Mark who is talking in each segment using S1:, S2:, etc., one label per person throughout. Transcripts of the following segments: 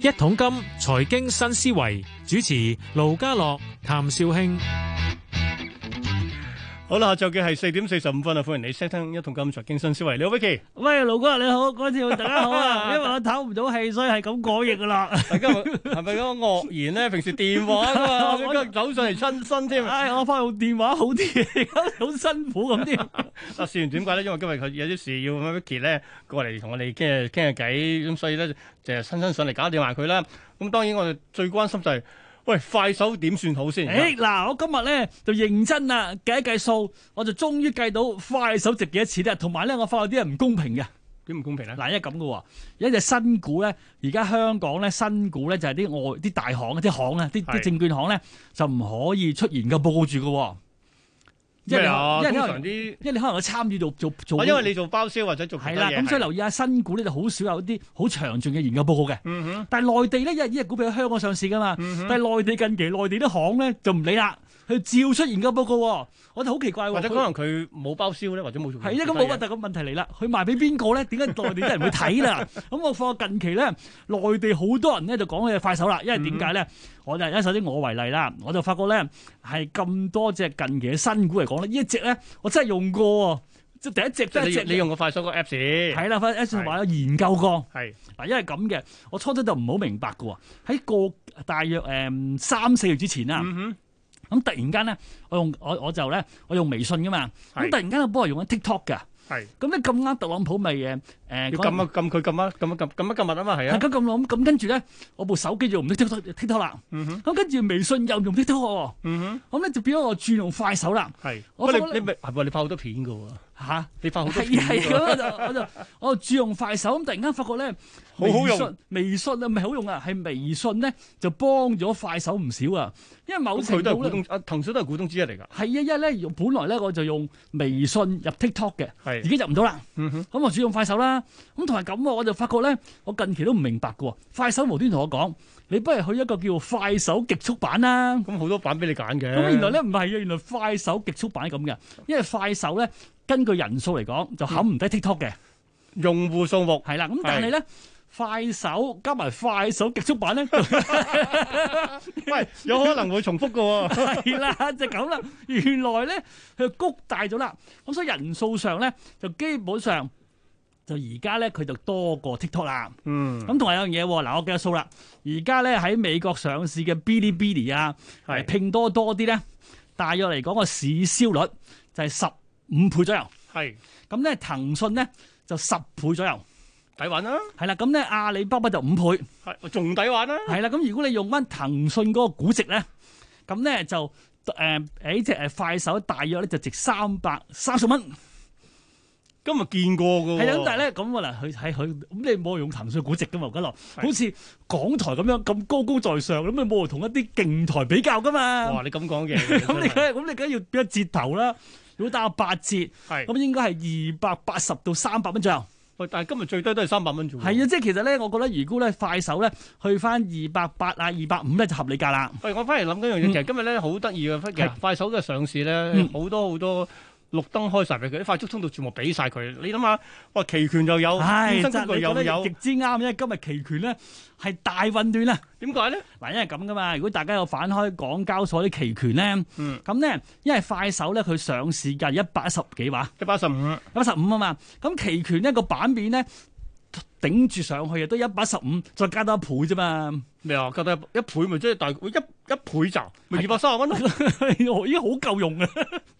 S1: 一桶金財經新思維主持盧家樂、譚紹興。
S2: 好啦，下晝嘅係四點四十五分啊！歡迎你收聽一同金財經新思維。你好，Vicky。
S3: 喂，盧哥你好，嗰條大家好 啊！因為我唞唔到氣，所以係咁講嘢噶啦。
S2: 大家係咪嗰個愕然咧？平時電話 啊嘛，
S3: 我
S2: 今日走上嚟親 身添。
S3: 唉，我翻用電話好啲， 而家好辛苦 咁啲。
S2: 啊，事完點解咧？因為今日佢有啲事要咁 Vicky 咧過嚟同我哋傾傾下偈，咁所以咧就係親身上嚟搞掂埋佢啦。咁當然我哋最關心就係、喂快手點算好先？
S3: 誒嗱，我今日咧就認真啦，計一計數，我就終於計到快手值幾多錢啦。啊同埋咧，我發覺啲人唔公平嘅。
S2: 點唔公平咧？
S3: 嗱，因為咁嘅喎，有一隻新股咧，而家香港咧新股咧就係啲外啲大行、啲行啊咧、啲啲
S2: 係
S3: 證券行咧就唔可以出研究報告住嘅喎。
S2: 咩
S3: 因為你
S2: 啊？
S3: 因為
S2: 通
S3: 你可
S2: 常
S3: 能
S2: 啲
S3: 因為你可能有參與到做做
S2: 啊，因為你做包銷或者做其
S3: 係
S2: 他
S3: 啦，
S2: 嘢
S3: 咁所以
S2: 係
S3: 留意下新股咧就好少有啲好詳盡嘅研究報告嘅。
S2: 嗯哼，
S3: 但係內地咧，因為呢只股票喺香港上市噶嘛，
S2: 嗯哼
S3: 但係內地近期內地啲行咧就唔理啦，佢照出研究報告喎，我哋好奇怪喎。
S2: 或者可
S3: 佢
S2: 能佢冇包銷咧，或者冇做
S3: 係
S2: 其
S3: 咧，
S2: 他
S3: 咁冇
S2: 嘢
S3: 乜特嘅問題嚟啦。佢賣俾邊個咧？點解內地啲人會 睇啦？咁我發覺近期咧，內地好多人咧就講佢快手啦，因為點
S2: 嗯
S3: 解咧？我就因為首先我為例啦，我就發覺咧係咁多隻近期嘅新股嚟講咧，呢一隻咧我真係用過喎，即係第一隻
S2: 即
S3: 得
S2: 係
S3: 一隻
S2: 你你用個快手個 Apps 先
S3: 係啦，反正同埋有研究過。
S2: 係
S3: 嗱，因為咁嘅，我初初就唔好明白嘅喎。喺個大約誒三四月之前啦，啊咁、
S2: 嗯哼
S3: 突然間咧，我用我我就咧，我用微信噶嘛，
S2: 係
S3: 咁突然間我幫我用緊 TikTok 嘅，
S2: 係
S3: 咁咧咁啱特朗普咪誒誒
S2: 要撳啊撳佢撳啊撳啊撳撳一撳物啊嘛係
S3: 係
S2: 啊
S3: 咁咁諗，咁跟住咧，我部手機就用唔到 TikTok TikTok 啦，
S2: 嗯哼
S3: 咁跟住微信又用 TikTok 喎，
S2: 嗯
S3: 咁咧就變咗我轉用快手啦
S2: 哼係不
S3: 我
S2: 過
S3: 發覺
S2: 你
S3: 咧
S2: 你咪係喎你拍好多片㗎喎
S3: 嚇。
S2: 你拍好多
S3: 係
S2: 片
S3: 係
S2: 㗎喎
S3: 咁我就我就我就注用快手，咁突然間發覺咧，
S2: 好好用
S3: 微信，微信啊唔係好用啊，係微信咧就幫咗快手唔少啊，因為某
S2: 咁佢
S3: 程
S2: 都係股
S3: 度咧
S2: 東啊騰訊都係股東之一嚟㗎
S3: 係一一咧用，本來咧我就用微信入 TikTok 嘅，而
S2: 係
S3: 家入唔到啦，
S2: 嗯哼
S3: 咁我注用快手啦，咁同埋咁喎我就發覺咧，我近期都唔明白嘅喎，快手無端同我講，你不如去一個叫快手極速版啦。
S2: 咁好多版俾你揀嘅
S3: 咁原來咧唔係啊，原來快手極速版係咁嘅，因為快手咧根據人數嚟講就冚唔低 TikTok 嘅。
S2: 用戶數目
S3: 係啦，咁但係咧，快手加埋快手極速 版咧，
S2: 喂有可能會重複㗎喎
S3: 係啦就咁啦。原來咧佢谷大咗啦，咁所以人數上咧就基本上就而家咧佢就多過 TikTok 啦。
S2: 嗯
S3: 咁同埋有樣嘢喎，嗱我計下數啦，而家咧喺美國上市嘅 Bilibili 啊、
S2: 係
S3: 拼多多啲咧，大約嚟講個市銷率就係十五倍左右。
S2: 係
S3: 咁咧騰訊咧就十倍左右，
S2: 抵玩啦
S3: 係啦。咁咧阿里巴巴就五倍。
S2: 係仲抵玩啦
S3: 係啦，咁如果你用翻騰訊嗰個估值咧，咁咧就誒喺只誒快手大約咧就值三百三十蚊，
S2: 今日見過㗎喎
S3: 係啦。咁但係咧咁啊嗱，佢喺佢咁你冇用騰訊估值噶嘛，家樂，
S2: 係
S3: 好似港台咁樣咁高高在上，咁你冇同一啲競台比較噶嘛。
S2: 哇你咁講嘅
S3: 咁你梗係咁你梗係要俾一折頭啦，如果打八折，
S2: 係
S3: 咁應該係二百八十到三百蚊左右。
S2: 喂但係今日最低都係三百蚊啫喎
S3: 係啊，即係其實咧，我覺得如果咧快手咧去翻二百八啊、二百五咧就合理價啦。
S2: 喂，我翻嚟諗緊樣嘢，其實今日咧好得意嘅，其實快手嘅上市咧
S3: 嗯，
S2: 好多好多綠燈開晒俾佢，啲快速通道全部俾晒佢。你諗下，哇，期權又有，
S3: 唉，
S2: 衍
S3: 真
S2: 生工
S3: 係
S2: 具又
S3: 你講
S2: 有
S3: 得，極之啱，因為今日期權咧係大混亂啦。
S2: 點解咧？
S3: 嗱，因為咁噶嘛，如果大家有反開港交所啲期權咧，
S2: 嗯
S3: 咁咧、因為快手咧佢上市價一百一十幾話，
S2: 一百十五，
S3: 一百十五啊嘛，咁期權呢個版面咧頂住上去啊，都一百十五，再加多一倍啫嘛，
S2: 咩啊？覺得一倍咪即係大概一一倍咋？咪二百三十 蚊咯。
S3: 我已經好夠用啊。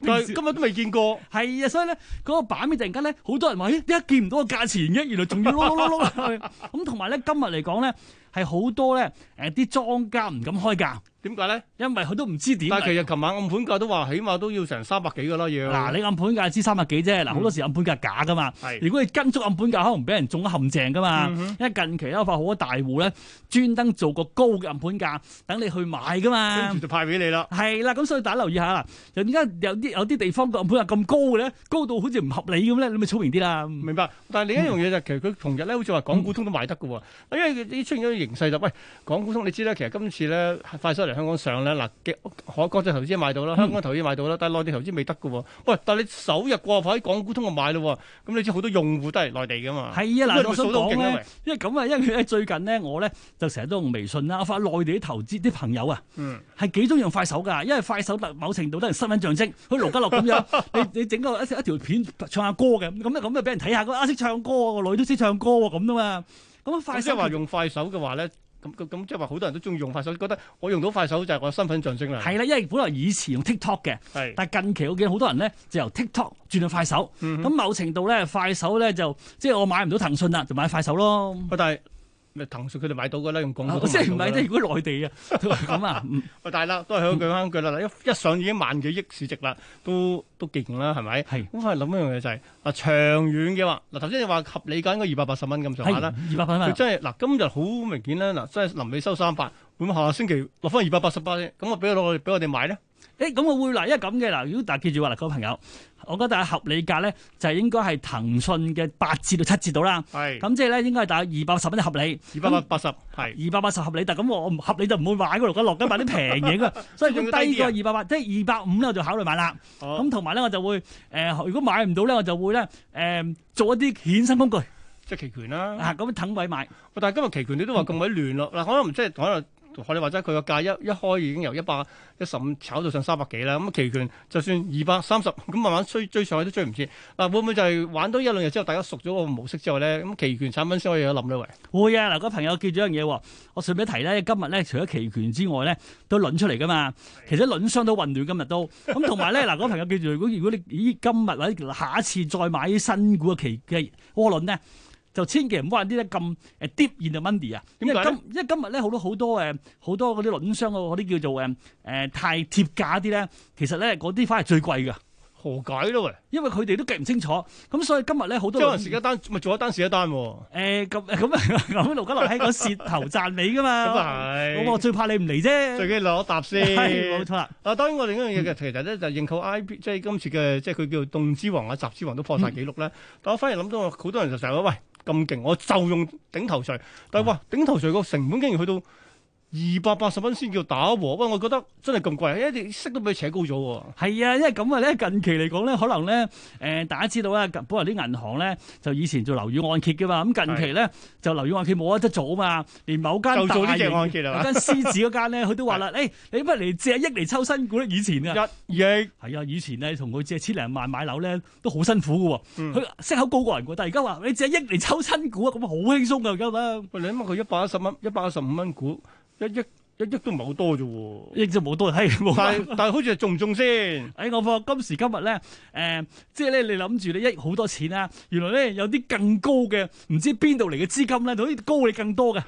S2: 但
S3: 平
S2: 係
S3: 時
S2: 今日都未見過，
S3: 係啊，所以咧嗰、個版面突然間咧，好多人話：咦，點解見唔到個價錢嘅？原來仲要碌碌碌碌落去。咁同埋咧，今日嚟講咧，係好多咧誒啲莊家唔敢開價，
S2: 點解咧？
S3: 因為佢都唔知點
S2: 但係其
S3: 嚟。
S2: 實琴晚暗盤價都話，起碼都要成三百幾噶啦，要
S3: 嗱，你暗盤價知三百幾啫，
S2: 嗯
S3: 嗱好多時暗盤價假噶嘛。
S2: 係
S3: 如果你跟足暗盤價，可能俾人中咗陷阱噶嘛。
S2: 嗯哼
S3: 因為近期咧，我發好多大户咧，專登做個高嘅暗盤價，等你去買噶嘛
S2: 跟住。就派俾你啦。
S3: 係啦，咁所以大家留意下啦。又點解有啲有啲地方個暗盤價咁高嘅咧？高到好似唔合理咁咧，你咪聰明啲啦。
S2: 明白，但係另一樣嘢就係其實佢同日咧，好似話港股通都買得嘅喎，因為呢出現咗個形勢就喂港股通，你知啦，其實今次咧快手嚟香港上咧，嗱嘅海國際投資買到
S3: 嗯
S2: 啦，香港投資買到啦，但係內地投資未得嘅喎。喂，但係你首日掛牌港股通就買咯喎，咁你知好多用戶都係內地嘅嘛，
S3: 係啊，
S2: 咁你咪
S3: 嗱，我想
S2: 數都好
S3: 講
S2: 勁啊
S3: 咧
S2: 喂，
S3: 因為咁啊，因為咧最近咧，我咧就成日都用微信啦。我發內地啲投資啲朋友啊，
S2: 嗯
S3: 係幾中意用快手㗎，因為快手某程度都係身份象徵，好似盧家樂咁 樣，你你整個一一條片唱下歌嘅，咁啊咁啊俾人睇下，啊識唱歌喎，個女都識唱歌喎，咁啊嘛。咁啊快
S2: 咁即
S3: 手
S2: 係話用快手嘅話咧，咁咁咁即係話好多人都中意用快手，覺得我用到快手就係我身份象徵啦。
S3: 係啦，因為本來以前用 TikTok 嘅，
S2: 係
S3: 但係近期我見好多人咧就由 TikTok 轉到快手，
S2: 嗯
S3: 咁某程度咧快手咧就即係我買唔到騰訊啦，就買快手咯。
S2: 喂但係咪騰訊佢哋買到㗎啦，用廣告
S3: 啊
S2: 都
S3: 即係唔
S2: 買
S3: 係
S2: 到㗎
S3: 即係
S2: 啦？
S3: 如果內地啊，咁啊，嗯
S2: 喂，但係啦，都係嗰句翻句啦，一一上已經萬幾億市值啦，都都勁啦，係咪？
S3: 係
S2: 咁係諗一樣嘢就係、嗱，長遠嘅話，嗱頭先你話合理價應該二百八十蚊咁上
S3: 係
S2: 下啦，
S3: 二百啊蚊
S2: 佢
S3: 蚊，
S2: 真係嗱今日好明顯啦，嗱真係臨尾收三百，會唔會下星期落翻二百八十八咁我俾我攞嚟俾我哋買咧？
S3: 誒咁我會嗱，因為咁嘅嗱，如果大家記住話嗱，各位朋友，我覺得合理價咧就係應該係騰訊嘅八折到七折到啦，
S2: 係
S3: 咁即係咧應該係大概二百十蚊合理，
S2: 二百八八十係。
S3: 二百八十合理，但咁我唔合理就唔會買嗰度，落緊買啲平嘢噶，所以如果低過二百八，即係二百五咧，我就考慮買啦。
S2: 咁
S3: 咁同埋咧，我就會誒、呃如果買唔到咧，我就會咧誒、呃做一啲衍生工具
S2: 即係期權啦。
S3: 啊，咁等位買。
S2: 喂但係今日期權你都話咁鬼亂咯。嗱，可能即係可能。學你話齋，佢個價一一開已經由一百一十五炒到上三百幾啦。咁期權就算二百三十，咁慢慢追追上去都追唔切。嗱，會唔會就係玩多一兩日之後，大家熟咗個模式之後咧，咁期權產品先可以有得諗咧？喂，
S3: 會啊！嗱，個朋友記住一樣嘢喎，我順便提咧，今日咧除咗期權之外咧，都輪出嚟噶嘛。其實輪商都混亂，今日都咁同埋 咧嗱，個朋友記住，如果如果你咦今日或者下一次再買啲新股嘅期嘅窩輪咧，就千祈唔好玩啲咧咁誒 deep into money 啊，因
S2: 點
S3: 為
S2: 解
S3: 今
S2: 咧
S3: 因為今日咧好多好多誒好多嗰啲輪商嗰啲叫做誒誒、呃太貼價啲咧，其實咧嗰啲反而最貴㗎，
S2: 何解咧？喂，
S3: 因為佢哋都計唔清楚，咁所以今日咧好
S2: 即係可
S3: 多
S2: 能
S3: 輪
S2: 蝕一單，咪做一單蝕一單喎。
S3: 誒咁 咁咁，盧家樂喺個舌頭賺你噶嘛？
S2: 咁啊係
S3: 我我最怕你唔嚟啫。
S2: 最緊要攞答
S3: 係冇
S2: 先。
S3: 錯啦，
S2: 啊，當然我哋嗰樣
S3: 嗯
S2: 嘢嘅，其實咧就認購 I P，即係今次嘅，即係佢叫做動之王啊、集之王都破晒紀錄咧。
S3: 嗯
S2: 但我反而諗到，好多人就成日話：喂，咁勁，我就用頂頭鎚。但
S3: 嗯
S2: 係哇，頂頭鎚個成本竟然去到二百八十蚊先叫打和，喂，我覺得真係咁貴，因為你息都俾佢扯高咗喎。
S3: 係啊，因為咁啊咧，近期嚟講咧，可能咧誒、大家知道啦，本來啲銀行咧就以前做樓宇按揭嘅嘛，咁近期咧就樓宇按揭冇得做啊嘛，連某間
S2: 就做呢
S3: 大
S2: 隻
S3: 型
S2: 按揭係
S3: 有
S2: 嘛？
S3: 間獅子嗰間咧，佢都 話啦，誒你不如嚟借一億嚟抽新股咧，以前啊。
S2: 一億
S3: 係啊，以前咧同佢借千零萬買樓咧都好辛苦嘅喎，
S2: 嗯
S3: 佢、息口高過人嘅，但係而家話你借一億嚟抽新股啊，咁啊好輕鬆噶而家啦。
S2: 喂，你諗下佢一百一十蚊、一百一十五蚊股，一億一億都唔係好多啫喎。
S3: 亦就冇多人係冇。
S2: 但係但係好似係中唔中先？
S3: 誒、我話今時今日咧，誒、即係咧，你諗住咧一好多錢啦、原來咧有啲更高嘅，唔知邊度嚟嘅資金咧，好似高你更多嘅。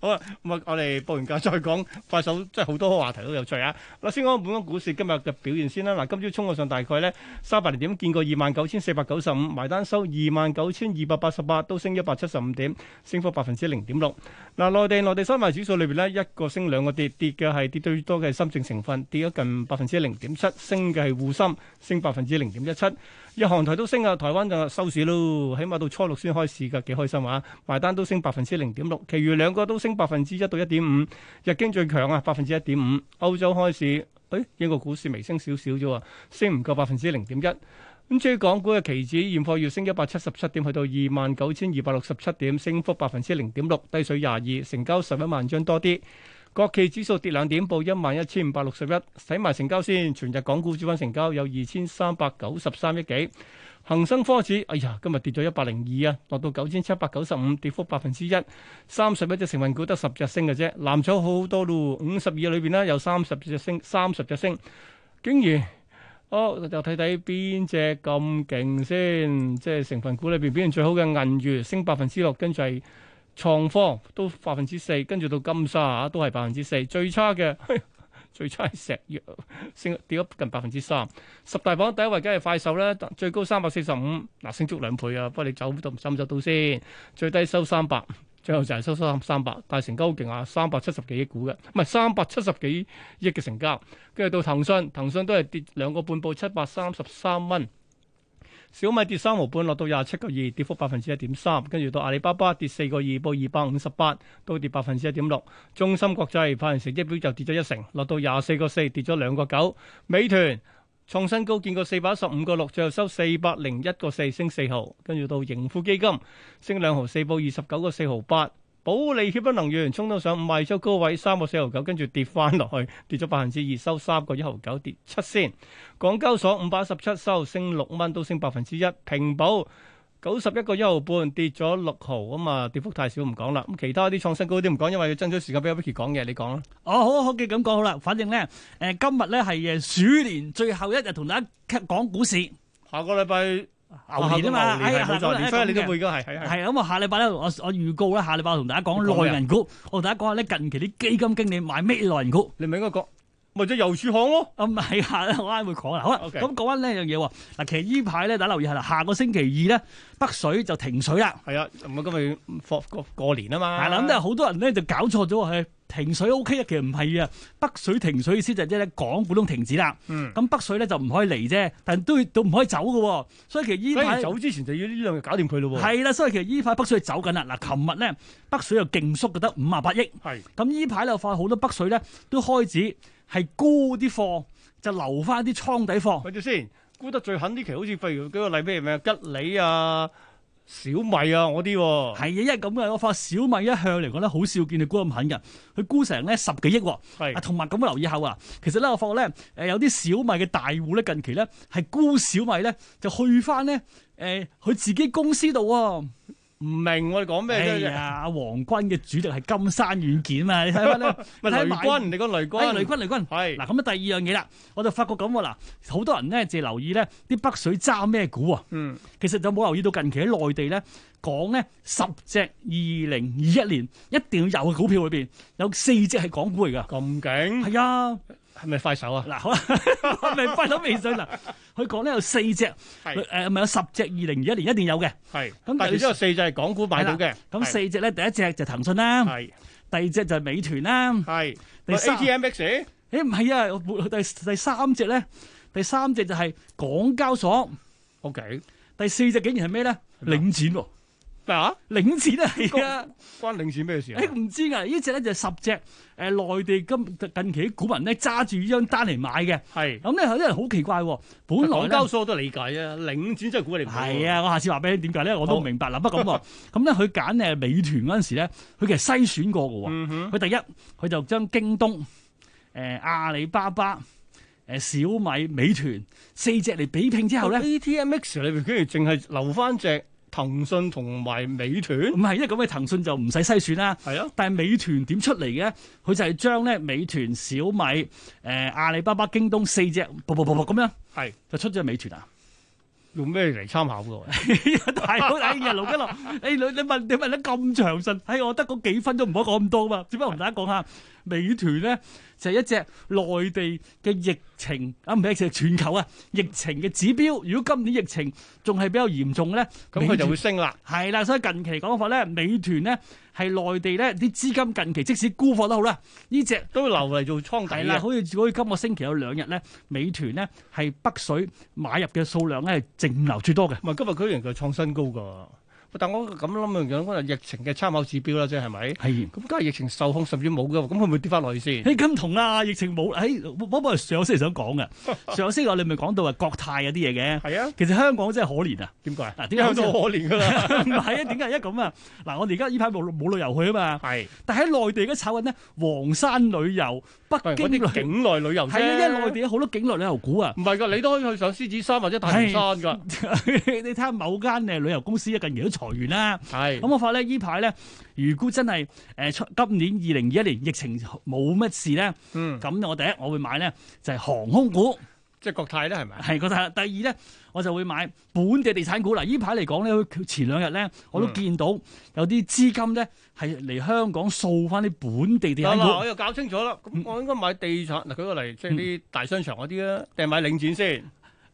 S2: 好啊，咁啊，我哋報完價再講快手，真係好多話題都有趣啊！嗱，先講本港股市今日嘅表現先啦。嗱，今朝衝過上大概咧三百零點，見過二萬九千四百九十五，埋單收二萬九千二百八十八，都升一百七十五點，升幅百分之零點六。嗱，內地內地三大指數裏邊咧，一個升兩個跌，跌嘅係跌最多嘅係深證成分，跌咗近百分之零點七，升嘅係滬深，升百分之零點一七。日韓台都升啊，台灣就收市咯，起碼到初六先開市㗎，幾開心啊！埋單都升百分之零點六，其餘兩個都升百分之一到一點五，日經最強啊，百分之一點五。歐洲開市，誒、英國股市微升少少啫喎，升唔夠百分之零點一。咁至於港股嘅期指現貨月升一百七十七點，去到二萬九千二百六十七點，升幅百分之零點六，低水廿二，成交十一萬張多啲。國企指數跌兩點，報一萬一千五百六十一。睇埋成交先，全日港股主板成交有二千三百九十三億幾。恒生科指，哎呀，今日跌咗一百零二啊，落到九千七百九十五，跌幅百分之一。三十一隻成分股得十隻升嘅啫，藍籌好多咯，五十二裏邊咧有三十隻升，三十隻升，竟然。好，就睇睇邊只咁勁先，即係成分股裏邊表現最好嘅銀娛升百分之六，跟住係創科都百分之四，跟住到金沙啊都係百分之四，最差嘅 最差係石藥升跌咗近百分之三。十大榜第一位梗係快手啦，最高三百四十五，嗱升足兩倍啊！不過你走到走唔走到先？最低收三百，最後就係收三三百，但係成交好勁啊，三百七十幾億股嘅，唔係三百七十幾億嘅成交。跟住到騰訊，騰訊都係跌兩個半，報七百三十三蚊。小米跌三毫半，落到廿七個二，跌幅百分之一點三。跟住到阿里巴巴跌四個二，報二百五十八，都跌百分之一點六。中芯國際派完成績表就跌咗一成，落到廿四個四，跌咗兩個九。美團。創新高見過四百一十五個六，最後收四百零一個四，升四毫。跟住到盈富基金升兩毫四，報二十九個四毫八。保利協鑫能源衝到上五賣咗高位三個四毫九，跟住跌翻落去，跌咗百分之二，收三個一毫九，跌七仙。港交所五百一十七收，升六蚊，都升百分之一。平保九十一個一毫半，跌咗六毫，咁啊跌幅太少唔講啦。咁其他啲創新高啲唔講，因為要爭取時間俾阿 Vicky 講嘅，你講啦。
S3: 哦，好好嘅咁講好啦，反正咧，誒、今日咧係誒鼠年最後一日，同大家講股市牛
S2: 下個禮拜
S3: 年啊嘛，
S2: 牛年係冇錯，年初一你都
S3: 嘅
S2: 會噶，係係係。
S3: 係咁啊，下禮拜咧，我我預告啦，下禮拜我同大家
S2: 你講
S3: 講
S2: 咩
S3: 內
S2: 啊
S3: 銀股，我同大家講下咧近期啲基金經理買咩內銀股。
S2: 你咪應該講，咪即係郵儲行咯。
S3: 咁係啊，我啱會講啦。好啦，
S2: OK
S3: 咁講翻呢一樣嘢喎。嗱，其實呢排咧，大家留意下啦，下個星期二咧，北水就停水啦。
S2: 係啊，咁啊今日放過過年啊嘛。
S3: 係啦，咁但係好多人咧就搞錯咗喎，係停水 O K 啊，其實唔係啊，北水停水意思就係即係咧港股都停止啦。
S2: 嗯，
S3: 咁北水咧就唔可以嚟啫，但都要都唔可以走嘅喎。所以其實呢
S2: 所以
S3: 排
S2: 走之前就要呢兩日搞掂佢咯喎。
S3: 係啦，所以其實呢排北水走緊啦。嗱，琴日咧北水又勁縮，得五廿八億。
S2: 係
S3: 咁呢排咧，我發覺好多北水咧都開始係沽啲貨，就留翻啲倉底貨。
S2: 咪住先，沽得最狠呢期好似譬如舉個例，譬如咩吉利啊、小米啊嗰啲喎。
S3: 係啊，因為咁嘅，我發覺小米一向嚟講咧，好少見佢沽咁狠嘅，佢沽成咧十幾億喎。啊，
S2: 係
S3: 同埋咁留意下啊，其實咧我發覺咧，誒有啲小米嘅大戶咧，近期咧係沽小米咧，就去翻咧誒佢自己公司度喎。
S2: 唔明我哋講咩
S3: 哎
S2: 啫？
S3: 呀，王軍嘅主力係金山軟件啊嘛，你睇 翻咧，
S2: 咪
S3: 睇
S2: 雷
S3: 埋
S2: 軍，你講雷
S3: 哎
S2: 軍。
S3: 雷軍雷軍。
S2: 係
S3: 嗱咁啊，第二樣嘢啦，我就發覺咁喎嗱，好多人咧就留意咧啲北水揸咩股啊，
S2: 嗯，
S3: 其實就冇留意到近期喺內地咧講咧十隻二零二一年一定要有嘅股票裏邊，有四隻係港股嚟㗎。
S2: 咁勁
S3: 係啊，
S2: 係咪快手啊？
S3: 嗱，好啦 我咪快手未上嗱，佢講咧有四隻，誒
S2: 係
S3: 咪有十隻二零二一年一定有嘅，
S2: 係。
S3: 但
S2: 但
S3: 係
S2: 係之後四就係港股買到嘅。
S3: 咁四隻咧第一隻就騰訊啦，
S2: 係
S3: 第二隻就係美團啦，
S2: 係。
S3: 第三，誒
S2: ATMX
S3: 唔係啊，我本第第三隻咧，第三隻就係港交所，
S2: OK
S3: 第四隻竟然係咩咧？
S2: 咩
S3: 領
S2: 啊
S3: 展喎，
S2: 咩啊？
S3: 領展啊 係啊。
S2: 關領事咩事啊
S3: 誒？哎唔知㗎，呢只咧就係十隻誒、呃、內地今近期啲股民咧揸住呢張單嚟買嘅，
S2: 係。
S3: 咁咧有啲人好奇怪喎，本來
S2: 港交
S3: 咧
S2: 所都理解啊，領展真係估你唔到喎
S3: 係，啊，我下次話俾你點解咧，我都唔 明白啦。不過咁喎，咁咧佢揀誒呃美團嗰陣時咧，佢其實篩選過嘅喎，
S2: 嗯哼，
S3: 佢第一佢就將京東、誒、阿里巴巴、誒、小米、美團四隻嚟比拼之後咧。
S2: 哦哎 ATMX 裏邊居然淨係留翻隻騰訊同埋美團，
S3: 唔係，因為咁嘅騰訊就唔使篩選啦。
S2: 係啊，
S3: 但係美團點出嚟嘅？佢就係將咧美團、小米、誒、阿里巴巴、京東四隻，卜卜卜卜咁樣，
S2: 係
S3: 就出咗美 團啊！
S2: 用咩嚟參考㗎 喎？
S3: 大佬，哎呀，盧吉樂，哎你你問你問得咁詳盡，哎我得嗰幾分鐘唔可以講咁多啊嘛，只不過同大家講下美團咧就係、一隻內地嘅疫情啊，唔係其實全球啊疫情嘅指標。如果今年疫情仲係比較嚴重咧，
S2: 咁佢就會升啦。
S3: 係啦，所以近期講法咧，美團咧係內地咧啲資金近期即使沽貨都好啦，呢只
S2: 都留嚟做倉底
S3: 係啦，
S2: 嘅，
S3: 好似好似今個星期有兩日咧，美團咧係北水買入嘅數量咧係淨流最多嘅。
S2: 唔係今日居然佢創新高㗎。但我咁諗樣嗰係疫情嘅參考指標啦，即係係咪？
S3: 係。
S2: 咁梗係疫情受控甚至冇嘅，咁佢會唔會跌翻落去先？
S3: 誒咁唔同啦，疫情冇誒，我我我上個星期想講嘅，上個星期我哋咪講到話國泰嗰啲 嘢嘅，
S2: 係啊，
S3: 其實香港真係可 憐啊！
S2: 點解？
S3: 嗱
S2: 一
S3: 點解
S2: 向
S3: 好
S2: 都
S3: 似
S2: 可憐 㗎啦。
S3: 唔係啊，點解而家咁啊？嗱，我哋而家呢排冇冇旅遊去啊嘛，
S2: 係，
S3: 但喺內地而家炒緊咧，黃山旅遊、北
S2: 喂嗰
S3: 京旅遊
S2: 啲，境內旅遊啫
S3: 係啊，因為內地有好多境內旅遊股啊。
S2: 唔係㗎，你都可以去上獅子山或者太平山㗎。
S3: 你睇下某間誒旅遊公司近期都裁員啦，
S2: 係
S3: 咁我發咧呢排咧，如果真係誒出今年二零二一年疫情冇乜事咧，
S2: 嗯，
S3: 咁我第一我會買咧就係航空股，
S2: 即係國泰咧，係咪？
S3: 係覺得。第二咧我就會買本地地產股。嗱，呢排嚟講咧，佢前兩日咧我都
S2: 嗯
S3: 見到有啲資金咧係嚟香港掃翻啲本地地
S2: 嗱
S3: 產
S2: 嗱，我
S3: 股。
S2: 又搞清楚啦。咁
S3: 嗯
S2: 我應該買地產嗱，舉個例，即係啲大商場嗰啲啊，定係買領展先？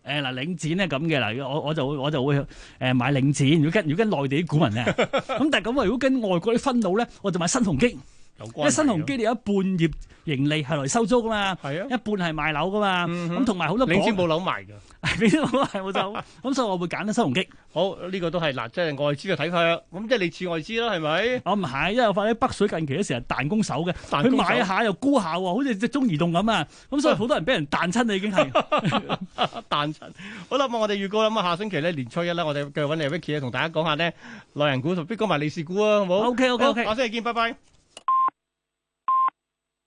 S3: 誒嗱，領展咧咁嘅嗱，我我就會我就會誒 買領展。如果跟如果跟內地啲股民咧，咁但係咁啊，如果跟外國啲分佬咧，我就買新鴻基。
S2: 有關係
S3: 因
S2: 嘅
S3: 為新鴻基地有一半業盈利係來收租噶嘛，
S2: 係啊
S3: 一，半係賣樓噶嘛，
S2: 嗯哼
S3: 咁同埋好多
S2: 領
S3: 港
S2: 先 冇樓賣㗎。
S3: 你都冇係 冇錯，咁所以我會揀得新鴻基。
S2: 好，呢、個都係嗱，即係外資嘅睇法啦。咁即係你似外資啦，係咪？
S3: 我唔係，因為我發覺北水近期咧成日彈弓手嘅，
S2: 彈弓
S3: 佢
S2: 手哦
S3: 買啊下又沽下喎，好似隻中移動咁啊，咁所以好多人俾人彈親你已 經係。
S2: 彈神。好啦，咁我哋預告啦，咁啊下星期咧年初一咧，我哋繼續揾嚟 Vicky 啊同大家講下咧內人股同邊講埋利是股啊，好冇
S3: OK OK
S2: 好
S3: OK。
S2: 下星期見，拜拜。